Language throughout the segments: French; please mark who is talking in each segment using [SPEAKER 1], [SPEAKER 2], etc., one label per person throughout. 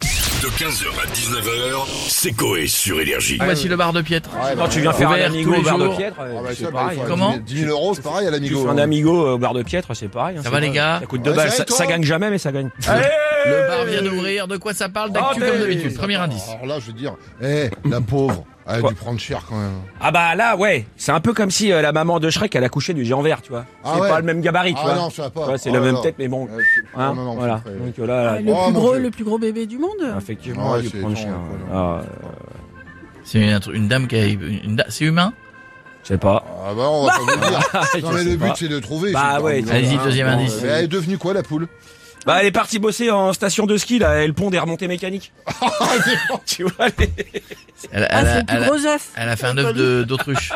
[SPEAKER 1] De 15h à 19h, c'est Coé sur Énergie.
[SPEAKER 2] Voici le bar de piètre.
[SPEAKER 3] Ah, Ouais, bah,
[SPEAKER 4] Quand tu viens faire un
[SPEAKER 2] Ouvert
[SPEAKER 4] amigo
[SPEAKER 2] tous les
[SPEAKER 4] au bar de
[SPEAKER 2] jours.
[SPEAKER 4] piètre,
[SPEAKER 3] ah bah,
[SPEAKER 4] c'est
[SPEAKER 3] ça, bah,
[SPEAKER 4] pareil. hein.
[SPEAKER 3] il faut
[SPEAKER 2] Comment
[SPEAKER 3] 10 000 10 000 euros, c'est pareil à
[SPEAKER 4] Tu
[SPEAKER 3] l'amigo.
[SPEAKER 4] fais un amigo au bar de piètre, c'est pareil. hein,
[SPEAKER 2] Ça
[SPEAKER 4] c'est
[SPEAKER 2] va,
[SPEAKER 4] vrai.
[SPEAKER 2] les gars
[SPEAKER 4] Ça coûte
[SPEAKER 3] Ouais,
[SPEAKER 4] deux
[SPEAKER 3] ça
[SPEAKER 4] balles,
[SPEAKER 3] va,
[SPEAKER 4] ça,
[SPEAKER 3] Ah, toi Ah
[SPEAKER 4] ça gagne jamais, mais ça gagne.
[SPEAKER 2] Le bar vient d'ouvrir. De quoi ça
[SPEAKER 4] Ah,
[SPEAKER 2] parle D'actu comme d'habitude. euh, Premier indice.
[SPEAKER 3] Alors là, je veux dire, eh, la pauvre, elle a dû prendre cher quand même.
[SPEAKER 4] Ah bah là, ouais, c'est un peu comme si euh, la maman de Shrek, elle accouchait du géant vert, tu vois.
[SPEAKER 3] Ah
[SPEAKER 4] c'est
[SPEAKER 3] ouais.
[SPEAKER 4] pas le même gabarit, tu
[SPEAKER 3] Ah
[SPEAKER 4] vois.
[SPEAKER 3] non, ça va pas.
[SPEAKER 4] Ouais, c'est
[SPEAKER 3] Ah
[SPEAKER 4] la
[SPEAKER 3] ouais,
[SPEAKER 4] même
[SPEAKER 3] non.
[SPEAKER 4] tête, mais bon.
[SPEAKER 3] Euh, c'est-
[SPEAKER 4] Hein,
[SPEAKER 3] non, non, non,
[SPEAKER 4] voilà.
[SPEAKER 3] c'est-
[SPEAKER 4] Donc euh,
[SPEAKER 3] Oh,
[SPEAKER 4] là,
[SPEAKER 5] Le, plus
[SPEAKER 3] mon
[SPEAKER 5] gros,
[SPEAKER 3] Dieu.
[SPEAKER 5] le plus gros bébé du monde
[SPEAKER 4] effectivement,
[SPEAKER 3] Ah Ouais,
[SPEAKER 4] elle
[SPEAKER 3] c'est
[SPEAKER 4] prend le
[SPEAKER 3] con,
[SPEAKER 4] chien.
[SPEAKER 3] quoi, non.
[SPEAKER 4] Ah, euh,
[SPEAKER 2] C'est un truc- une, dame qui a. une da- C'est humain
[SPEAKER 4] je sais pas.
[SPEAKER 3] Ah bah, on va pas vous le dire.
[SPEAKER 4] Je
[SPEAKER 3] Non, mais
[SPEAKER 4] sais
[SPEAKER 3] le but,
[SPEAKER 4] pas.
[SPEAKER 3] c'est de trouver.
[SPEAKER 4] Bah
[SPEAKER 3] c'est
[SPEAKER 4] ouais,
[SPEAKER 3] pas-
[SPEAKER 2] allez-y, deuxième
[SPEAKER 3] Non,
[SPEAKER 2] indice.
[SPEAKER 3] mais Elle est devenue quoi, la poule
[SPEAKER 4] Bah elle est partie bosser en station de ski, là, elle pond des remontées mécaniques.
[SPEAKER 3] Ah,
[SPEAKER 4] tu vois, les- ouais,
[SPEAKER 2] Elle, elle
[SPEAKER 5] Ah, c'est
[SPEAKER 2] a,
[SPEAKER 5] le plus
[SPEAKER 2] elle a-
[SPEAKER 5] gros œuf
[SPEAKER 2] elle a fait un œuf de- d'autruche.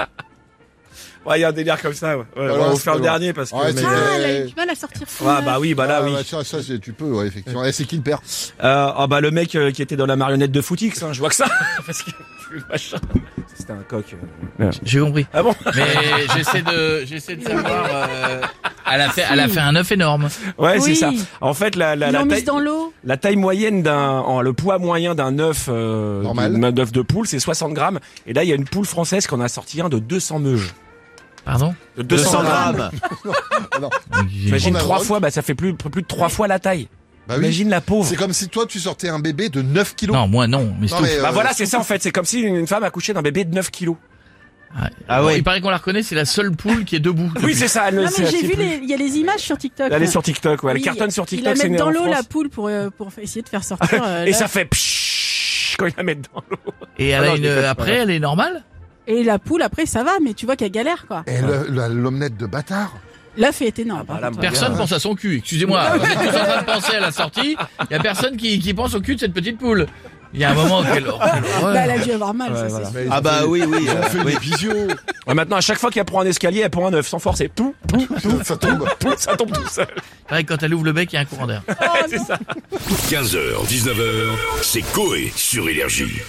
[SPEAKER 4] il y a un délire comme ça, ouais. Ouais,
[SPEAKER 3] Ah,
[SPEAKER 4] on
[SPEAKER 3] non,
[SPEAKER 4] va vous
[SPEAKER 3] c'est
[SPEAKER 4] faire
[SPEAKER 3] pas
[SPEAKER 4] le
[SPEAKER 3] loin.
[SPEAKER 4] dernier parce que...
[SPEAKER 3] Ouais,
[SPEAKER 4] mais-
[SPEAKER 3] c'est-
[SPEAKER 4] euh,
[SPEAKER 5] Ah, elle a eu du mal à sortir son
[SPEAKER 4] Ah
[SPEAKER 5] œuf.
[SPEAKER 4] bah oui, bah là,
[SPEAKER 3] Ah,
[SPEAKER 4] oui.
[SPEAKER 3] bah, ça, ça, c'est- tu peux, ouais, effectivement. Eh, c'est qui le père
[SPEAKER 4] Euh, ah bah le mec euh, qui était dans la marionnette de Footix, hein, je vois que ça. Parce que le machin. C'était un coq. euh.
[SPEAKER 2] J'ai compris.
[SPEAKER 4] Ah bon
[SPEAKER 2] Mais j'essaie de, j'essaie de savoir. euh, elle, a fait, elle a fait un œuf énorme.
[SPEAKER 4] Ouais, c'est
[SPEAKER 5] Oui.
[SPEAKER 4] ça. En fait, la, la,
[SPEAKER 5] Ils
[SPEAKER 4] la
[SPEAKER 5] l'ont
[SPEAKER 4] taille,
[SPEAKER 5] mise dans l'eau.
[SPEAKER 4] la taille moyenne d'un, en- le poids moyen d'un œuf euh,
[SPEAKER 3] Normal.
[SPEAKER 4] d'une- d'un œuf de poule, c'est 60 grammes. Et là, il y a une poule française qu'on a sorti un de 200 meuges.
[SPEAKER 2] Pardon
[SPEAKER 4] De 200 grammes.
[SPEAKER 3] Ah Bah
[SPEAKER 2] J'ai-
[SPEAKER 4] Imagine
[SPEAKER 3] On a
[SPEAKER 4] trois
[SPEAKER 3] droit.
[SPEAKER 4] fois, bah ça fait plus plus de trois fois la taille.
[SPEAKER 3] Bah oui.
[SPEAKER 4] Imagine la pauvre.
[SPEAKER 3] C'est comme si toi, tu sortais un bébé de 9 kilos.
[SPEAKER 2] Non, moi non. Mais c'est
[SPEAKER 3] Non,
[SPEAKER 2] tout.
[SPEAKER 3] mais, euh,
[SPEAKER 4] Bah voilà, c'est ça en fait. C'est comme si une une femme accouchait d'un bébé de 9 kilos.
[SPEAKER 2] Ah,
[SPEAKER 4] Ah
[SPEAKER 2] bon,
[SPEAKER 4] ouais.
[SPEAKER 2] Il paraît qu'on la reconnaît, c'est la seule poule qui est debout.
[SPEAKER 4] Oui, c'est ça. Elle,
[SPEAKER 5] Non,
[SPEAKER 4] c'est-
[SPEAKER 5] mais j'ai
[SPEAKER 4] c'est
[SPEAKER 5] vu,
[SPEAKER 4] plus-
[SPEAKER 5] les- il y a les images sur TikTok.
[SPEAKER 4] Elle est sur TikTok, ouais. Elle
[SPEAKER 5] Oui,
[SPEAKER 4] cartonne sur
[SPEAKER 5] Ils
[SPEAKER 4] TikTok.
[SPEAKER 5] la
[SPEAKER 4] c'est
[SPEAKER 5] mettent
[SPEAKER 4] né
[SPEAKER 5] dans
[SPEAKER 4] en
[SPEAKER 5] l'eau, la
[SPEAKER 4] France.
[SPEAKER 5] poule, pour, euh, pour essayer de faire sortir. euh,
[SPEAKER 4] Et
[SPEAKER 5] l'œuf.
[SPEAKER 4] ça fait pshhh quand il la met dedans.
[SPEAKER 2] Et elle
[SPEAKER 4] Ah
[SPEAKER 2] a
[SPEAKER 4] non,
[SPEAKER 2] une.
[SPEAKER 4] je déconne,
[SPEAKER 2] Après, elle est normale
[SPEAKER 5] Et la poule, après, ça va, mais tu vois qu'elle galère, quoi.
[SPEAKER 3] Et le- la- l'omelette de bâtard
[SPEAKER 5] L'œuf est énorme. Bah, par
[SPEAKER 4] voilà,
[SPEAKER 5] contre, ouais.
[SPEAKER 2] Personne pense à son cul. Excusez-moi. Vous êtes tous en train de penser à la sortie. Il y a personne qui, qui pense au cul de cette petite poule. Il y a un moment quelle quelle horreur.
[SPEAKER 5] Bah, elle a dû avoir mal,
[SPEAKER 4] Ouais,
[SPEAKER 5] ça,
[SPEAKER 4] voilà.
[SPEAKER 5] c'est sûr.
[SPEAKER 3] Ah bah oui, oui. Ils ont fait des visios.
[SPEAKER 4] Ouais, maintenant, à chaque fois qu'elle prend un escalier, elle prend un œuf sans forcer. Poum, poum, poum,
[SPEAKER 3] Ça tombe.
[SPEAKER 4] poum, ça tombe tout seul.
[SPEAKER 2] Il paraît que quand elle ouvre le bec, il y a un courant d'air.
[SPEAKER 5] Oh, non.
[SPEAKER 1] 15h, 19h, c'est Coé sur Énergie.